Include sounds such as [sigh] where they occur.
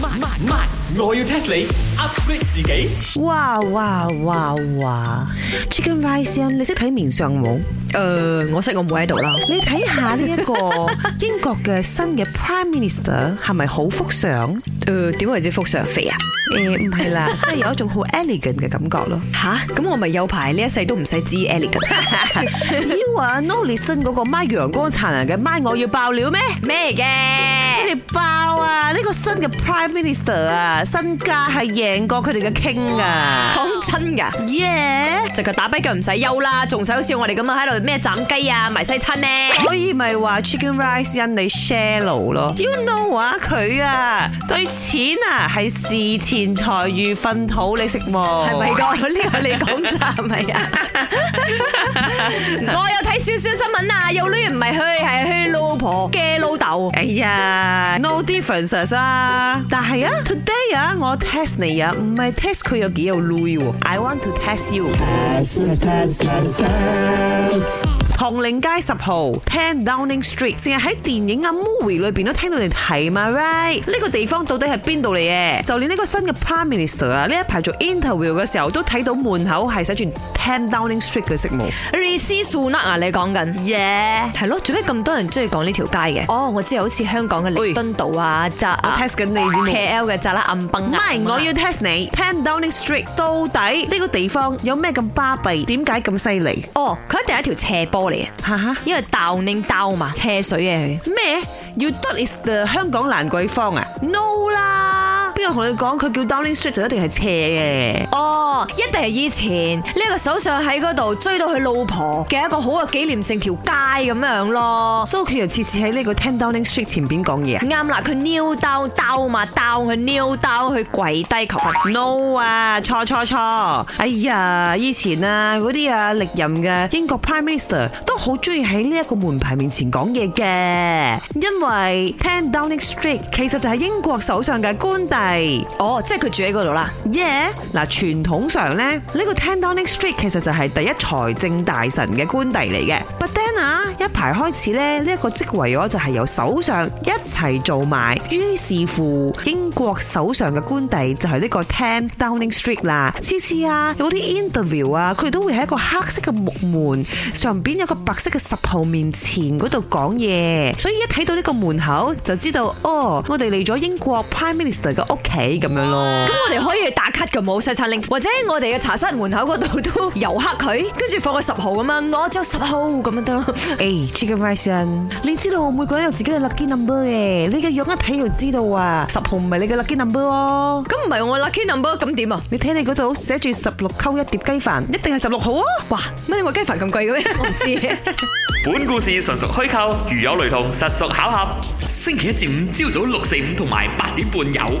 慢慢慢，我要 test 你 upgrade 自己。哇哇哇哇！Chicken Rice 啊，你識睇面相冇？誒、呃我識我妹喺度啦。你睇下呢一 [laughs] 個英國嘅新嘅 Prime Minister 係咪好福相？誒、呃點為之腹上肥啊？誒唔係啦，即係有一種好 elegant 嘅感覺咯。吓？咁我咪有排呢一世都唔使知 Ellie 㗎 [laughs] You are no listen 嗰個媽陽光燦爛嘅媽，我要爆料咩？咩嘅？你哋爆啊！呢個新嘅 Prime Minister 啊，身家係贏過佢哋嘅 King 啊！講真㗎。耶！直頭打跛腳唔使憂啦，仲使好似我哋咁樣喺度咩斬雞啊、埋西餐呢？所以咪話 Chicken Rice 因你 shallow 咯，You know 啊佢啊對錢啊係視錢財如糞土，你食冇？係咪？噶？呢個你講咋係咪 [laughs] 啊？我有睇少少新聞啊，有女唔係去，係去老婆嘅老豆。哎呀，no differences 啊！但係啊，today 啊，我 test 你啊，唔係 test 佢有幾有女喎，I want to test you。唐寧街十號，Ten Downing Street，成日喺電影啊 movie 裏邊都聽到你提嘛，right？呢個地方到底係邊度嚟嘅？就連呢個新嘅 Prime Minister 啊，呢一排做 interview 嘅時候都睇到門口係寫住 Ten Downing Street 嘅色目。 Rishi Sunak 啊，你講緊？耶！係咯，做咩咁多人中意講呢條街嘅？哦，我知，好似香港嘅喂彌敦道啊、扎我啊、 test 緊你啫嘛 KL 嘅扎啦、暗崩唔啊。係，我要 test 你。Ten Downing Street 到底呢個地方有咩咁巴閉？點解咁犀利？哦，佢一定係一條斜坡嚟嘅，哈哈，因為 Downing Down 嘛，斜水嘅佢。咩？You thought is the 香港蘭桂坊啊？No 啦，邊個同你講佢叫 Downing Street 就一定係斜哦，一定係以前呢個首相喺嗰度追到佢老婆嘅一個好嘅紀念性條街咁樣咯嘅？。所以佢又次次喺呢個 Ten Downing Street 前邊講嘢啊啱啦，佢 kneel down down 嘛，down 佢 kneel down 去跪低求婚。 ？No 啊，錯錯錯！哎呀，以前啊嗰啲啊歷任嘅英國 Prime Minister 都好中意喺呢一個門牌面前講嘢嘅，因為 Ten Downing Street 其實就係英國首相嘅官邸。哦，即係佢住喺嗰度啦。耶！嗱，傳統上咧，呢個 Ten Downing Street 其實就係第一財政大臣嘅官邸嚟嘅。But then 啊，一排開始咧，呢一個職位我就係由首相一齊做埋，於是乎英國首相嘅官邸就係呢個 Ten Downing Street 啦。次次啊，有啲 interview 啊，佢哋都會喺一個黑色嘅木門上邊有個白色嘅十號面前嗰度講嘢，所以一睇到呢個門口就知道，哦，我哋嚟咗英國 Prime Minister 嘅屋企咁樣咯咁。我哋可以去打卡嘅冇西餐拎，或者我哋嘅茶室門口嗰度都 [laughs] 遊客佢，跟住放個十號咁樣，攞咗十號咁樣得咯。誒，Chicken Rice 啊人，你知道每個人有自己嘅 lucky number 嘅，你嘅樣一睇就知道啊，十號唔係你嘅 lucky number 哦。咁唔係我 lucky number 咁點啊？你睇你嗰度寫住十六溝一碟雞飯，一定係十六號啊！哇，乜你話雞飯咁貴嘅咩？我唔 [laughs] 知。本故事純屬虛構，如有雷同，實屬巧合。星期一至五朝早六四五同埋八點半有。